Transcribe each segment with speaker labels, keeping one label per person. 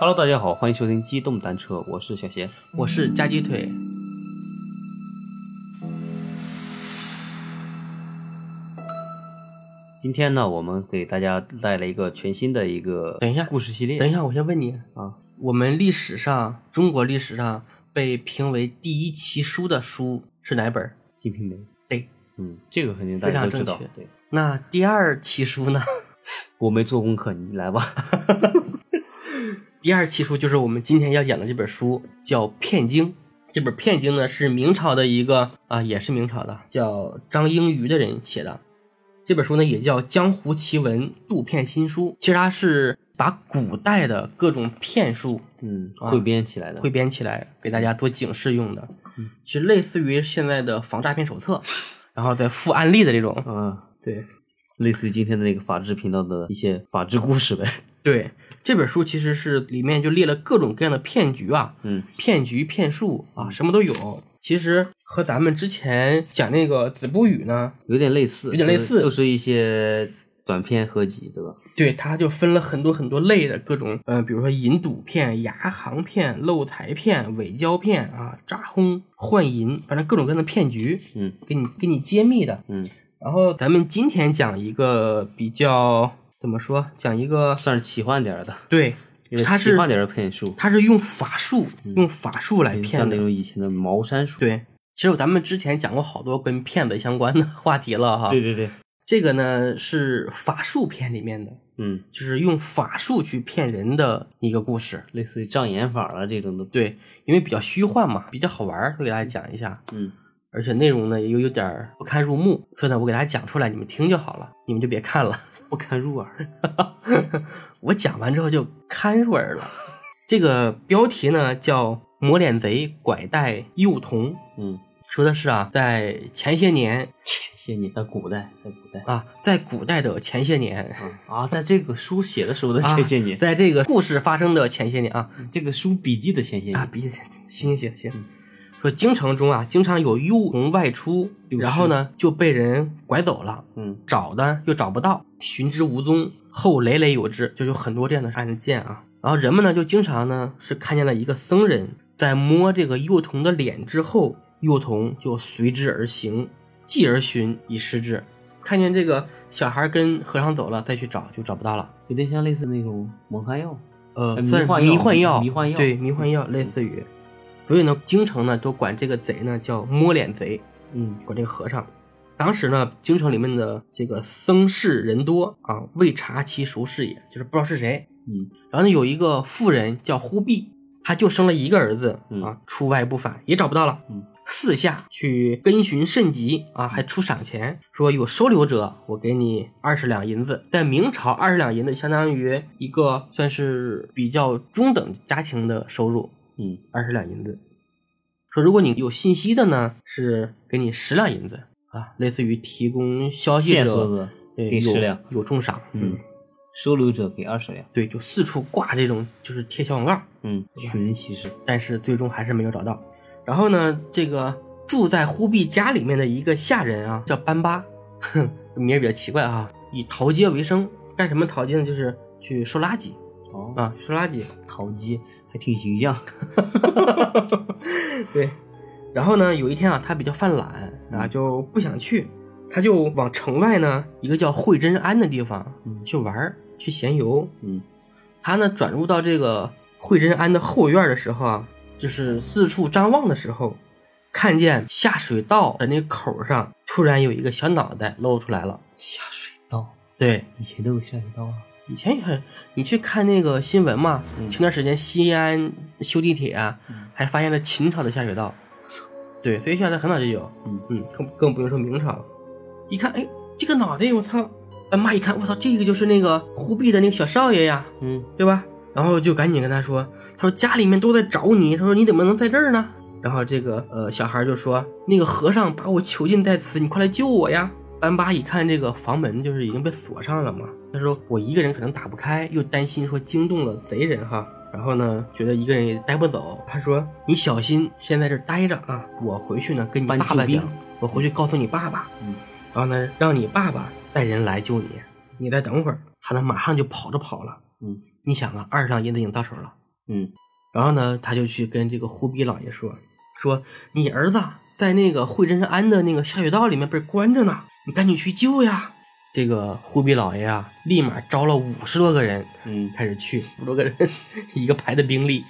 Speaker 1: Hello，大家好，欢迎收听机动单车，我是小贤。
Speaker 2: 我是夹鸡腿。
Speaker 1: 今天呢，我们给大家带来一个全新的一个
Speaker 2: 等一下
Speaker 1: 故事系列。
Speaker 2: 等一下，我先问你
Speaker 1: 啊，
Speaker 2: 我们历史上，中国历史上被评为第一奇书的书是哪本儿？
Speaker 1: 《金瓶梅》
Speaker 2: 对，
Speaker 1: 嗯，这个肯定大家
Speaker 2: 哎非
Speaker 1: 都
Speaker 2: 常
Speaker 1: 知道
Speaker 2: 正。确
Speaker 1: 对，
Speaker 2: 那第二奇书呢？
Speaker 1: 我没做功课，你来吧。
Speaker 2: 第二奇书就是我们今天要讲的这本书，叫《骗经》。这本《骗经》呢，是明朝的一个啊，也是明朝的，叫张英瑜的人写的。这本书呢，也叫《江湖奇闻杜骗新书》。其实它是把古代的各种骗术
Speaker 1: 嗯，
Speaker 2: 啊
Speaker 1: 汇编起来的。
Speaker 2: 汇编起来，给大家做警示用的
Speaker 1: 嗯。
Speaker 2: 其实类似于现在的防诈骗手册，然后再附案例的 这种。
Speaker 1: 啊，
Speaker 2: 对
Speaker 1: 类似于今天的那个法制频道的一些法制故事呗。
Speaker 2: 对，这本书其实是里面就列了各种各样的骗局啊，
Speaker 1: 嗯，
Speaker 2: 骗局、骗术啊，什么都有。其实和咱们之前讲那个子不语呢，
Speaker 1: 有点类似，
Speaker 2: 有点类似
Speaker 1: 就是就是一些短片合集，对吧？
Speaker 2: 对，它就分了很多很多类的各种，呃，比如说引赌骗、牙行骗、漏财骗、伪交骗啊、诈哄、换银，反正各种各样的骗局，
Speaker 1: 嗯
Speaker 2: 给你给你揭秘的。
Speaker 1: 嗯，
Speaker 2: 然后咱们今天讲一个比较怎么说？讲一个
Speaker 1: 算是奇幻点儿的，
Speaker 2: 对
Speaker 1: 有，点
Speaker 2: 它
Speaker 1: 奇
Speaker 2: 是
Speaker 1: 幻点儿的骗术，
Speaker 2: 它是用法术，用法术来骗
Speaker 1: 像那
Speaker 2: 的。
Speaker 1: 种以前的茅山术。
Speaker 2: 对，其实咱们之前讲过好多跟骗子相关的 话题了哈。
Speaker 1: 对对对，
Speaker 2: 这个呢是法术片里面的，
Speaker 1: 嗯，
Speaker 2: 就是用法术去骗人的一个故事。
Speaker 1: 类似于障眼法了这种的。
Speaker 2: 对，因为比较虚幻嘛，比较好玩儿，所以给大家讲一下。
Speaker 1: 嗯，
Speaker 2: 而且内容呢也有有点儿不堪入目，所以呢我给大家讲出来，你们听就好了，你们就别看了。
Speaker 1: 不堪入耳。
Speaker 2: 我讲完之后就堪入耳了。这个标题呢叫《抹脸贼拐带幼童》，
Speaker 1: 嗯，
Speaker 2: 说的是啊，在前些年
Speaker 1: 前些年在古代，在古代
Speaker 2: 啊，在古代的前些年，
Speaker 1: 啊，在这个书写的时候的前些年，
Speaker 2: 啊在这个故事发生的前些年啊
Speaker 1: 这个书笔记的前些
Speaker 2: 啊，
Speaker 1: 年，
Speaker 2: 别行行行行，说京城中啊，经常有幼童外出，
Speaker 1: 幼
Speaker 2: 然后呢就被人拐走了，
Speaker 1: 嗯
Speaker 2: 找的又找不到，寻之无踪，后累累有之，就有很多这样的案件啊。然后人们呢就经常呢是看见了一个僧人在摸这个幼童的脸之后，幼童就随之而行，继而寻以失之。看见这个小孩跟和尚走了，再去找就找不到了。
Speaker 1: 有点像类似那种蒙汗药。
Speaker 2: 呃
Speaker 1: 哎，迷
Speaker 2: 算是
Speaker 1: 幻药
Speaker 2: 迷幻药，嗯
Speaker 1: 迷幻药
Speaker 2: 对，迷幻药类似于。所以呢，京城呢都管这个贼呢叫摸脸贼，
Speaker 1: 嗯
Speaker 2: 管这个和尚。当时呢，京城里面的这个僧士人多啊，未察其孰是也，就是不知道是谁。
Speaker 1: 嗯
Speaker 2: 然后呢，有一个妇人叫忽必，她就生了一个儿子
Speaker 1: 嗯
Speaker 2: 啊，出外不返，也找不到了。
Speaker 1: 嗯
Speaker 2: 四下去跟寻甚急啊，还出赏钱，说有收留者，我给你二十两银子。在明朝，二十两银子相当于一个算是比较中等家庭的收入，
Speaker 1: 嗯
Speaker 2: 二十两银子。说如果你有信息的呢，是给你十两银子啊，类似于提供消息
Speaker 1: 线
Speaker 2: 者
Speaker 1: 索的
Speaker 2: 对
Speaker 1: 给
Speaker 2: 有
Speaker 1: 十两
Speaker 2: 有重赏，
Speaker 1: 嗯，收留者给二十两。
Speaker 2: 对，就四处挂这种就是贴小广告，
Speaker 1: 嗯，寻人启事。
Speaker 2: 但是最终还是没有找到。然后呢，这个住在忽必家里面的一个下人啊，叫班巴，哼，名儿比较奇怪啊，以淘街为生，干什么淘街呢？就是去收垃圾
Speaker 1: 哦，
Speaker 2: 啊，收垃圾。
Speaker 1: 淘街还挺形象。
Speaker 2: 对，然后呢，有一天啊，他比较犯懒啊，就不想去，他就往城外呢一个叫惠真庵的地方
Speaker 1: 嗯
Speaker 2: 去玩儿，去闲游。
Speaker 1: 嗯
Speaker 2: 他呢转入到这个惠真庵的后院的时候啊，就是四处张望的时候，看见下水道的那口上突然有一个小脑袋露出来了。
Speaker 1: 下水道，
Speaker 2: 对，
Speaker 1: 以前都有下水道啊。
Speaker 2: 以前也很，你去看那个新闻嘛，
Speaker 1: 嗯
Speaker 2: 前段时间西安修地铁啊、
Speaker 1: 嗯
Speaker 2: 还发现了秦朝的下水道。对，所以下水道很早就有，
Speaker 1: 嗯
Speaker 2: 嗯，更更不用说明朝。一看，哎，这个脑袋，我操！俺妈一看，我操，这个就是那个忽必的那个小少爷呀，
Speaker 1: 嗯
Speaker 2: 对吧？然后就赶紧跟他说，他说家里面都在找你，他说你怎么能在这儿呢？然后这个呃小孩就说，那个和尚把我囚禁在此，你快来救我呀！班巴一看这个房门就是已经被锁上了嘛，他说我一个人可能打不开，又担心说惊动了贼人哈，然后呢觉得一个人也待不走，他说你小心，先在这儿待着啊，我回去呢跟你
Speaker 1: 搬
Speaker 2: 爸
Speaker 1: 救
Speaker 2: 爸
Speaker 1: 兵
Speaker 2: 讲，我回去告诉你爸爸，
Speaker 1: 嗯
Speaker 2: 然后呢，让你爸爸带人来救你，你再等会儿。他呢，马上就跑着跑了。
Speaker 1: 嗯，
Speaker 2: 你想啊，二十两银子已经到手了，
Speaker 1: 嗯
Speaker 2: 然后呢，他就去跟这个忽必老爷说：“说你儿子在那个会真山庵的那个下水道里面被关着呢，你赶紧去救呀！”这个忽必老爷啊，立马招了五十多个人，
Speaker 1: 嗯
Speaker 2: 开始去五十多个人一个排的兵力。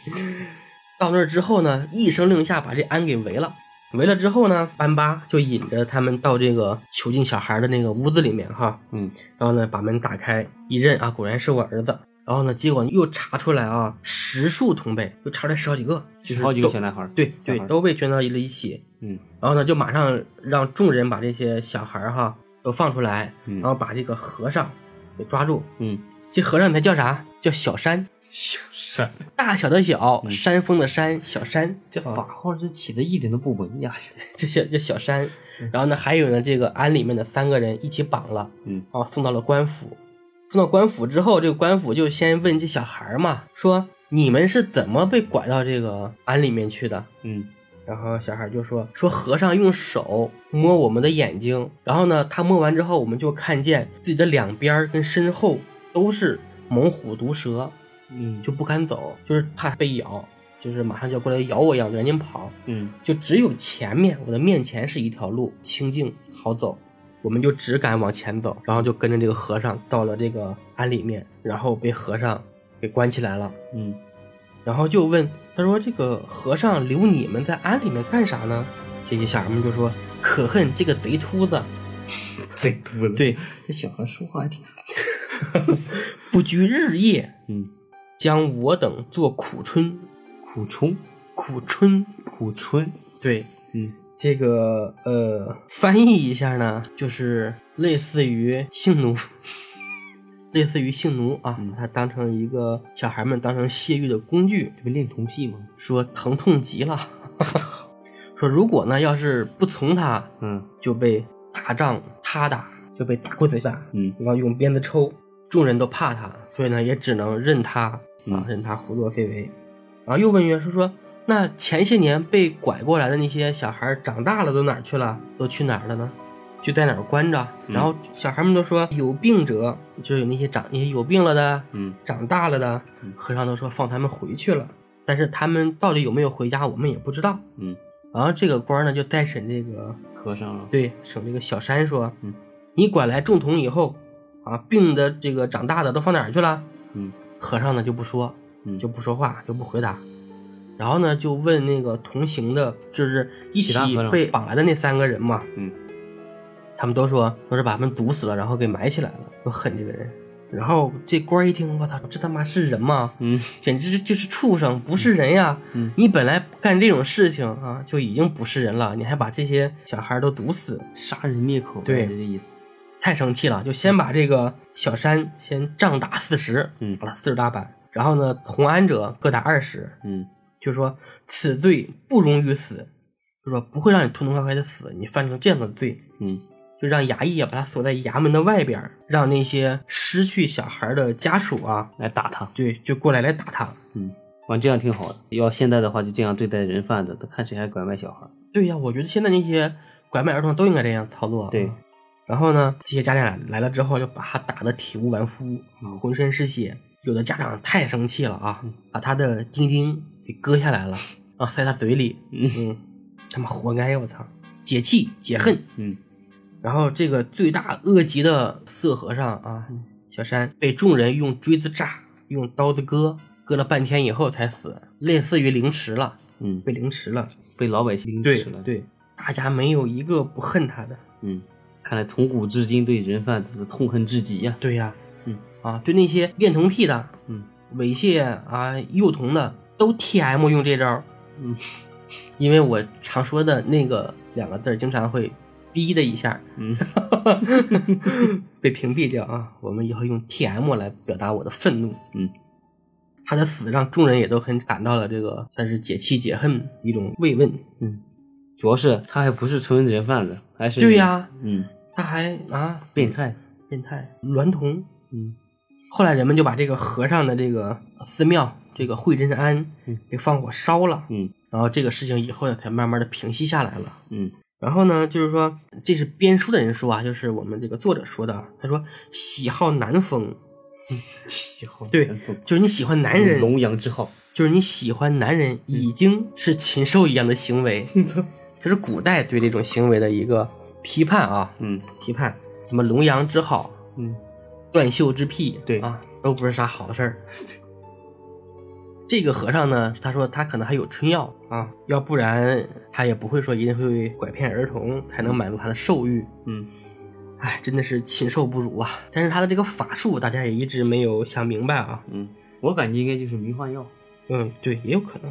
Speaker 2: 到那儿之后呢，一声令下把这庵给围了。围了之后呢，班巴就引着他们到这个囚禁小孩的那个屋子里面哈，
Speaker 1: 嗯
Speaker 2: 然后呢，把门打开一认啊，果然是我儿子。然后呢，结果又查出来啊，十数同辈，又查出来十好几个，就是
Speaker 1: 好几个
Speaker 2: 都
Speaker 1: 小男孩儿，
Speaker 2: 对对
Speaker 1: 小孩，儿
Speaker 2: 都被卷到了一起。
Speaker 1: 嗯
Speaker 2: 然后呢，就马上让众人把这些小孩儿哈都放出来，
Speaker 1: 嗯
Speaker 2: 然后把这个和尚给抓住。
Speaker 1: 嗯，
Speaker 2: 这和尚他叫啥？叫小山，
Speaker 1: 小山，
Speaker 2: 大小的小，
Speaker 1: 嗯
Speaker 2: 山峰的山，小山。
Speaker 1: 这
Speaker 2: 啊
Speaker 1: 法号这起的一点都不文雅呀，
Speaker 2: 这些这小山，然后呢，还有呢，这个庵里面的三个人一起绑了，
Speaker 1: 嗯，
Speaker 2: 然后送到了官府。送到官府之后，这个官府就先问这小孩儿嘛，说你们是怎么被拐到这个庵里面去的？
Speaker 1: 嗯
Speaker 2: 然后小孩儿就说说和尚用手摸我们的眼睛，然后呢，他摸完之后，我们就看见自己的两边儿跟身后都是猛虎毒蛇，
Speaker 1: 嗯
Speaker 2: 就不敢走，就是怕被咬，就是马上就要过来咬我一样，赶紧跑。
Speaker 1: 嗯
Speaker 2: 就只有前面我的面前是一条路，清静好走，我们就只敢往前走，然后就跟着这个和尚到了这个庵里面，然后被和尚给关起来了，
Speaker 1: 嗯
Speaker 2: 然后就问他说：“这个和尚留你们在庵里面干啥呢？”这些小孩们就说：“可恨这个贼秃子，
Speaker 1: 贼多了，
Speaker 2: 对，
Speaker 1: 这小孩说话还挺，
Speaker 2: 不拘日夜，
Speaker 1: 嗯，
Speaker 2: 将我等做苦春，
Speaker 1: 苦冲
Speaker 2: 苦春，
Speaker 1: 苦春，
Speaker 2: 对。”
Speaker 1: 嗯
Speaker 2: 这个呃，翻译一下呢，就是类似于性奴，类似于性奴啊，
Speaker 1: 嗯
Speaker 2: 把它当成一个小孩们当成泄欲的工具，
Speaker 1: 这不恋童癖吗？
Speaker 2: 说疼痛极了， 说如果呢要是不从他，
Speaker 1: 嗯
Speaker 2: 就被打仗他打，就被打跪腿打，
Speaker 1: 嗯
Speaker 2: 然后用鞭子抽，众人都怕他，所以呢也只能任他啊
Speaker 1: 嗯，
Speaker 2: 任他胡作非为。然后又问袁术说：“那前些年被拐过来的那些小孩儿长大了都哪儿去了？都去哪儿了呢？就在哪儿关着？”
Speaker 1: 嗯
Speaker 2: 然后小孩们都说：“有病者，就是有那些长那些有病了的，
Speaker 1: 嗯
Speaker 2: 长大了的
Speaker 1: 嗯。”
Speaker 2: 和尚都说放他们回去了，但是他们到底有没有回家，我们也不知道。
Speaker 1: 嗯，
Speaker 2: 然后这个官儿呢，就再审这个
Speaker 1: 和尚啊，
Speaker 2: 对，省这个小山说：“
Speaker 1: 嗯
Speaker 2: 你拐来众童以后，啊，病的这个长大的都放哪儿去了？”
Speaker 1: 嗯
Speaker 2: 和尚呢就不说，
Speaker 1: 嗯
Speaker 2: 就不说话，就不回答。然后呢，就问那个同行的，就是一
Speaker 1: 其
Speaker 2: 起
Speaker 1: 他和尚
Speaker 2: 被绑来的那三个人嘛，
Speaker 1: 嗯，
Speaker 2: 他们都说都是把他们毒死了，然后给埋起来了，都恨这个人。然后这官儿一听，我操，这他妈是人吗？
Speaker 1: 嗯
Speaker 2: 简直就是畜生，不是人呀！
Speaker 1: 嗯
Speaker 2: 你本来干这种事情啊，就已经不是人了，你还把这些小孩都毒死，
Speaker 1: 杀人灭口，
Speaker 2: 对
Speaker 1: 这意思，
Speaker 2: 太生气了，就先把这个小山先杖打四十，
Speaker 1: 嗯
Speaker 2: 打了四十大板。然后呢，同安者各打二十，
Speaker 1: 嗯
Speaker 2: 就说此罪不容于死，就说不会让你痛痛快快的死，你犯成这样的罪，
Speaker 1: 嗯
Speaker 2: 就让衙役啊把他锁在衙门的外边儿，让那些失去小孩的家属啊，
Speaker 1: 来打他，
Speaker 2: 对，就过来来打他。
Speaker 1: 嗯，完这样挺好的，要现在的话就这样对待人贩子，看谁还拐卖小孩儿，
Speaker 2: 对呀、我觉得现在那些拐卖儿童都应该这样操作。啊
Speaker 1: 对，
Speaker 2: 然后呢，这些家长来了之后，就把他打得体无完肤，
Speaker 1: 嗯
Speaker 2: 浑身是血。有的家长太生气了啊
Speaker 1: 嗯，
Speaker 2: 把他的丁丁给割下来了，啊，塞他嘴里，
Speaker 1: 嗯
Speaker 2: 嗯，他妈活该！我操，解气解恨。
Speaker 1: 嗯
Speaker 2: 然后这个罪大恶极的色和尚啊
Speaker 1: 嗯，
Speaker 2: 小山被众人用锥子扎，用刀子割，割了半天以后才死，类似于凌迟了，
Speaker 1: 嗯，
Speaker 2: 被凌迟了。
Speaker 1: 被老百姓
Speaker 2: 对
Speaker 1: 吃了，，
Speaker 2: 对，大家没有一个不恨他的。
Speaker 1: 嗯，看来从古至今对人贩子的痛恨至极呀、
Speaker 2: 对呀、
Speaker 1: 嗯
Speaker 2: 啊，对那些恋童癖的、
Speaker 1: 嗯
Speaker 2: 猥亵啊、幼童的，都 T M 用这招儿。
Speaker 1: 嗯
Speaker 2: 因为我常说的那个两个字儿，经常会逼的一下，
Speaker 1: 嗯
Speaker 2: 被屏蔽掉啊。我们以后用 T M 来表达我的愤怒。
Speaker 1: 嗯
Speaker 2: 他的死让众人也都很感到了这个，算是解气解恨一种慰问。
Speaker 1: 嗯，主要是他还不是纯人贩子，还是
Speaker 2: 对呀、
Speaker 1: 嗯，
Speaker 2: 他还啊
Speaker 1: 变态，
Speaker 2: 变态娈童。
Speaker 1: 嗯
Speaker 2: 后来人们就把这个和尚的这个寺庙，这个慧真庵
Speaker 1: 嗯
Speaker 2: 给放火烧了。
Speaker 1: 嗯
Speaker 2: 然后这个事情以后呢，才慢慢的平息下来了。
Speaker 1: 嗯
Speaker 2: 然后呢，就是说这是编书的人说啊，就是我们这个作者说的啊，他说喜好男风，
Speaker 1: 喜欢
Speaker 2: 对，就是你喜欢男人，
Speaker 1: 嗯龙阳之好，
Speaker 2: 就是你喜欢男人已经是禽兽一样的行 为，
Speaker 1: 你操，
Speaker 2: 这是古代对这种行为的一个批判啊，
Speaker 1: 嗯
Speaker 2: 批判什么龙阳之好，
Speaker 1: 嗯，
Speaker 2: 断袖之癖，
Speaker 1: 对
Speaker 2: 啊，都不是啥好事儿。这个和尚呢，他说他可能还有春药啊，要不然他也不会说一定会拐骗儿童，才能满足他的兽欲。
Speaker 1: 嗯，
Speaker 2: 哎，真的是禽兽不如啊！但是他的这个法术，大家也一直没有想明白啊。
Speaker 1: 嗯，我感觉应该就是迷幻药。
Speaker 2: 嗯，对，也有可能，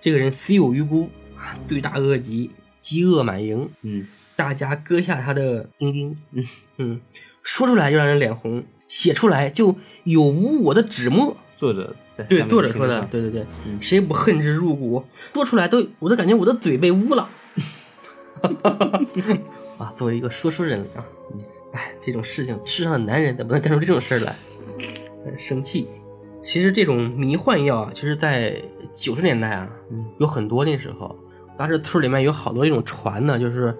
Speaker 2: 这个人死有余辜啊，罪大恶极，饥饿满盈，
Speaker 1: 嗯
Speaker 2: 大家割下他的丁丁，嗯嗯，说出来就让人脸红，写出来就有污我的纸墨。
Speaker 1: 作者在
Speaker 2: 对
Speaker 1: 下面
Speaker 2: 作者
Speaker 1: 评
Speaker 2: 说的，
Speaker 1: 论
Speaker 2: 对对对，
Speaker 1: 嗯
Speaker 2: 谁不恨之入骨？说出来都，我都感觉我的嘴被污了。 啊，作为一个说书人啊，哎，这种事情，世上的男人怎么能干出这种事儿来？呃生气。其实这种迷幻药啊，其实在九十年代啊，
Speaker 1: 嗯
Speaker 2: 有很多那时候，当时村里面有好多这种传的，就是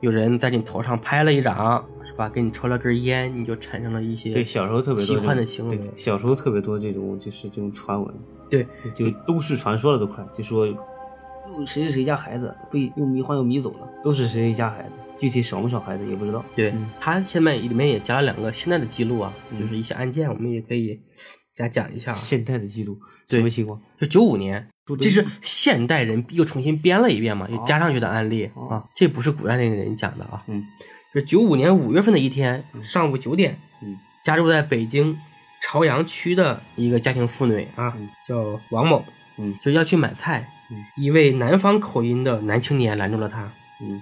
Speaker 2: 有人在你头上拍了一掌，是吧？给你抽了根烟，你就产生了一些
Speaker 1: 对小时候特别多
Speaker 2: 奇
Speaker 1: 这种
Speaker 2: 幻的行为
Speaker 1: 对小时候特别多这种就是这种传闻，
Speaker 2: 对
Speaker 1: 就都市传说了都快，就说又谁谁谁家孩子被用迷幻药迷走了，都是谁谁家孩子，具体少不少孩子也不知道。
Speaker 2: 对
Speaker 1: 嗯，
Speaker 2: 它现在里面也加了两个现在的记录啊，
Speaker 1: 嗯
Speaker 2: 就是一些案件，我们也可以给大家讲一下啊。
Speaker 1: 现代的记录
Speaker 2: 对
Speaker 1: 什么情况？
Speaker 2: 就九五年，
Speaker 1: 朱德
Speaker 2: 这是现代人又重新编了一遍嘛，又加上去的案例
Speaker 1: 哦
Speaker 2: 啊，这不是古代那个人讲的啊。
Speaker 1: 嗯
Speaker 2: 是九五年五月份的一天上午九点，
Speaker 1: 嗯
Speaker 2: 家住在北京朝阳区的一个家庭妇女啊
Speaker 1: 嗯，
Speaker 2: 叫王某，
Speaker 1: 嗯
Speaker 2: 就要去买菜
Speaker 1: 嗯，
Speaker 2: 一位南方口音的男青年拦住了她。
Speaker 1: 嗯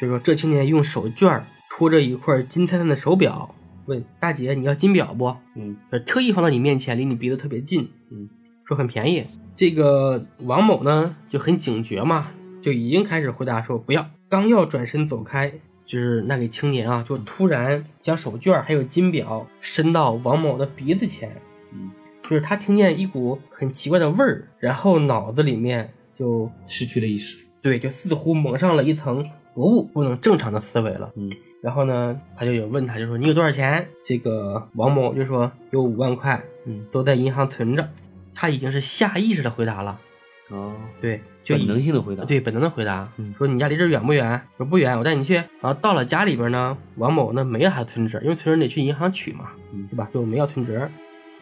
Speaker 2: 就说这青年用手绢儿托着一块金灿灿的手表，问大姐你要金表不？
Speaker 1: 嗯
Speaker 2: 呃特意放到你面前，离你鼻子特别近，
Speaker 1: 嗯，
Speaker 2: 说很便宜。这个王某呢就很警觉嘛，就已经开始回答说不要。刚要转身走开，就是那个青年啊，就突然将手绢儿还有金表伸到王某的鼻子前，
Speaker 1: 嗯，
Speaker 2: 就是他听见一股很奇怪的味儿，然后脑子里面就
Speaker 1: 失去了意识。
Speaker 2: 对，就似乎蒙上了一层薄雾，不能正常的思维了。
Speaker 1: 嗯
Speaker 2: 然后呢，他就有问他，就说你有多少钱？这个王某就说有五万块，
Speaker 1: 嗯
Speaker 2: 都在银行存着。他已经是下意识的回答了，
Speaker 1: 哦，
Speaker 2: 对，嗯就
Speaker 1: 本
Speaker 2: 已
Speaker 1: 能性的回答。
Speaker 2: 对本能的回答，
Speaker 1: 嗯
Speaker 2: 说你家离这儿远不远？说不远，我带你去。然后到了家里边呢，王某呢没要他存折，因为存折得去银行取嘛，
Speaker 1: 嗯
Speaker 2: 对吧？就没要存折。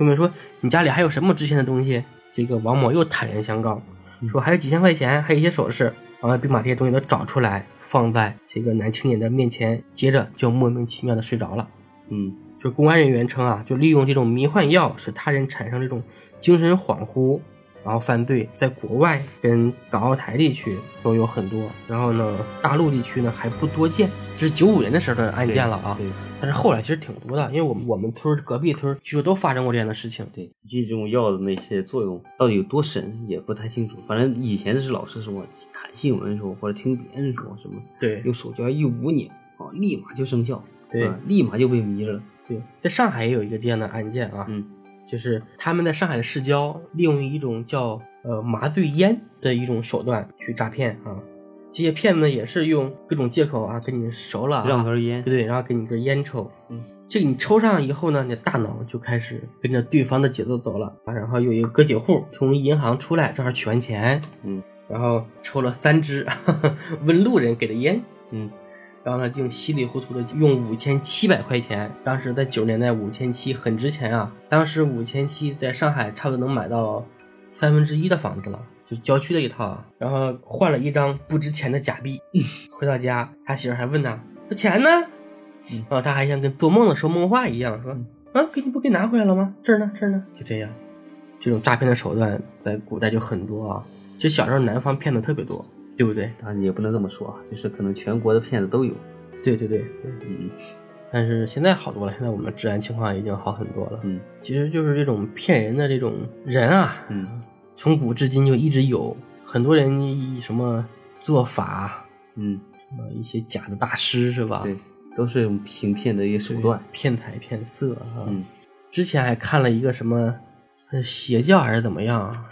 Speaker 2: 后面说你家里还有什么值钱的东西？这个王某又坦然相告，
Speaker 1: 嗯
Speaker 2: 说还有几千块钱，还有一些首饰。然后并把这些东西都找出来，放在这个男青年的面前，接着就莫名其妙的睡着了。
Speaker 1: 嗯
Speaker 2: 就公安人员称啊，就利用这种迷幻药使他人产生这种精神恍惚，然后犯罪，在国外跟港澳台地区都有很多，然后呢，大陆地区呢还不多见。这是九五年的时候的案
Speaker 1: 对
Speaker 2: 件了啊，
Speaker 1: 对
Speaker 2: 但是后来其实挺多的，因为我们我们村儿隔壁村儿据说都发生过这样的事情。
Speaker 1: 对，这种药的那些作用到底有多神也不太清楚。反正以前是老师说，看新闻说或者听别人说什么，
Speaker 2: 对
Speaker 1: 用手绢一捂你，啊，立马就生效，
Speaker 2: 对
Speaker 1: 啊立马就被迷着了。
Speaker 2: 对，在上海也有一个这样的案件啊，
Speaker 1: 嗯
Speaker 2: 就是他们在上海的市郊利用一种叫呃麻醉烟的一种手段去诈骗啊。这些骗子呢也是用各种借口啊，给你熟了、啊，
Speaker 1: 让根烟
Speaker 2: 对，对，然后给你根烟抽。
Speaker 1: 嗯，
Speaker 2: 这个你抽上以后呢，你的大脑就开始跟着对方的节奏走了啊。然后有一个割酒户从银行出来，正好取完钱，
Speaker 1: 嗯
Speaker 2: 然后抽了三支 问路人给的烟，
Speaker 1: 嗯
Speaker 2: 然后呢，就稀里糊涂的用五千七百块钱，当时在九十年代五千七很值钱啊，当时五千七在上海差不多能买到三分之一的房子了，就是郊区的一套啊。然后换了一张不值钱的假币，回到家，他媳妇儿还问他说钱呢，
Speaker 1: 嗯
Speaker 2: 然后他还像跟做梦的说梦话一样说
Speaker 1: 嗯
Speaker 2: 啊，给你不给拿回来了吗？这儿呢，这儿呢，就这样，这种诈骗的手段在古代就很多啊。其实小时候南方骗子特别多，对不对？
Speaker 1: 当然也不能这么说啊，就是可能全国的骗子都有。
Speaker 2: 对对对。
Speaker 1: 嗯
Speaker 2: 但是现在好多了，现在我们治安情况已经好很多了。
Speaker 1: 嗯
Speaker 2: 其实就是这种骗人的这种人啊，
Speaker 1: 嗯
Speaker 2: 从古至今就一直有很多人以什么做法，
Speaker 1: 嗯，
Speaker 2: 什么一些假的大师是吧？
Speaker 1: 对，都是用行骗的一个手
Speaker 2: 对，
Speaker 1: 段。
Speaker 2: 骗财骗色啊。
Speaker 1: 嗯，
Speaker 2: 之前还看了一个什么呃邪教还是怎么样啊，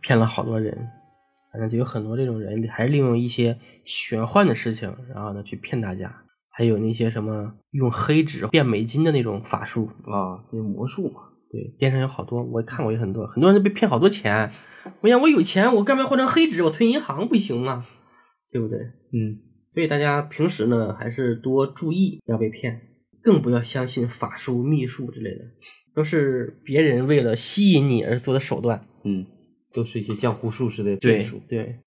Speaker 2: 骗了好多人。反正就有很多这种人，还是利用一些玄幻的事情，然后呢去骗大家。还有那些什么用黑纸变美金的那种法术，
Speaker 1: 啊，那魔术嘛，
Speaker 2: 对，电视上有好多，我看过有很多，很多人都被骗好多钱。我想我有钱，我干嘛换成黑纸？我存银行不行吗？对不对？
Speaker 1: 嗯，
Speaker 2: 所以大家平时呢，还是多注意，不要被骗，更不要相信法术、秘术之类的，都是别人为了吸引你而做的手段。
Speaker 1: 嗯，都是一些江湖术士的骗术。
Speaker 2: 对，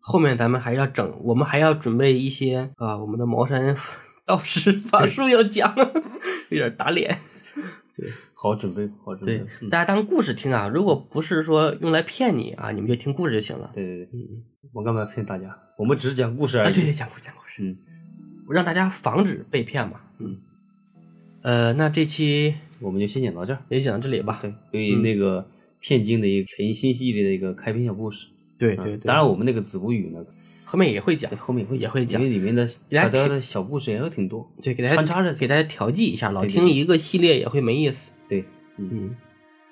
Speaker 2: 后面咱们还要整，我们还要准备一些啊，我们的茅山道士法术要讲，有点打脸。对，
Speaker 1: 好准备，好准备
Speaker 2: 对。，
Speaker 1: 嗯
Speaker 2: 大家当故事听啊，如果不是说用来骗你啊，你们就听故事就行了。
Speaker 1: 对对对，
Speaker 2: 嗯，
Speaker 1: 我干嘛骗大家？我们只是讲故事而
Speaker 2: 啊，
Speaker 1: 已。
Speaker 2: 对，讲故事讲故事，
Speaker 1: 嗯，
Speaker 2: 让大家防止被骗嘛。
Speaker 1: 嗯，
Speaker 2: 呃，那这期
Speaker 1: 我们就先讲到这儿。
Speaker 2: 也讲到这里吧。
Speaker 1: 对，所以那个骗经的一个全新系列的一个开篇小故事。
Speaker 2: 对
Speaker 1: 嗯
Speaker 2: 对对，
Speaker 1: 当然我们那个子不语呢，
Speaker 2: 后面也会讲
Speaker 1: 对，后面也会
Speaker 2: 也会讲
Speaker 1: 因为里面的
Speaker 2: 也还
Speaker 1: 小的小故事也有挺多。
Speaker 2: 对，给大家
Speaker 1: 穿插着讲
Speaker 2: 给大家调剂一下，老
Speaker 1: 对对
Speaker 2: 听
Speaker 1: 对
Speaker 2: 一个系列也会没意思。
Speaker 1: 对，嗯，
Speaker 2: 嗯，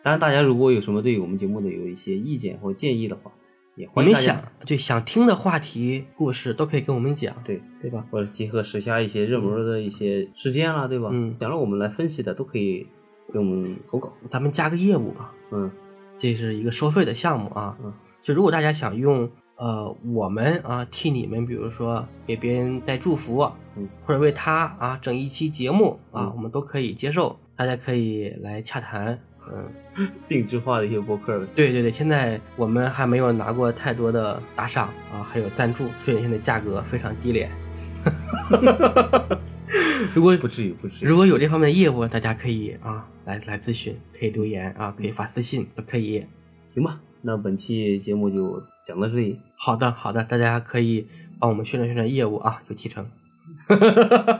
Speaker 1: 当然大家如果有什么对我们节目的有一些意见或建议的话，也
Speaker 2: 你
Speaker 1: 欢迎大
Speaker 2: 们
Speaker 1: 家
Speaker 2: 想对想听的话题、故事都可以跟我们讲，
Speaker 1: 对。
Speaker 2: 对吧？
Speaker 1: 或者结合时下一些热门的一些事件啦，对吧？
Speaker 2: 嗯
Speaker 1: 想让我们来分析的都可以给我们投稿。
Speaker 2: 咱们加个业务吧，
Speaker 1: 嗯
Speaker 2: 这是一个收费的项目啊。
Speaker 1: 嗯
Speaker 2: 就如果大家想用呃我们啊替你们，比如说给别人带祝福啊，
Speaker 1: 嗯
Speaker 2: 或者为他啊整一期节目啊，
Speaker 1: 嗯
Speaker 2: 我们都可以接受，大家可以来洽谈。嗯，
Speaker 1: 定制化的一些博客呗。
Speaker 2: 对对对，现在我们还没有拿过太多的打赏啊，还有赞助，所以现在价格非常低廉。 如果
Speaker 1: 不至于，不至于。
Speaker 2: 如果有这方面的业务，大家可以啊来来咨询，可以留言啊，可以发私信，都可以。
Speaker 1: 行吧，那本期节目就讲到这 里。
Speaker 2: 好的，好的，大家可以帮我们宣传宣传业务啊，有提成。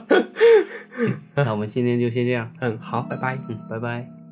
Speaker 1: 那我们今天就先这样，
Speaker 2: 嗯，好，拜拜。
Speaker 1: 嗯，拜拜。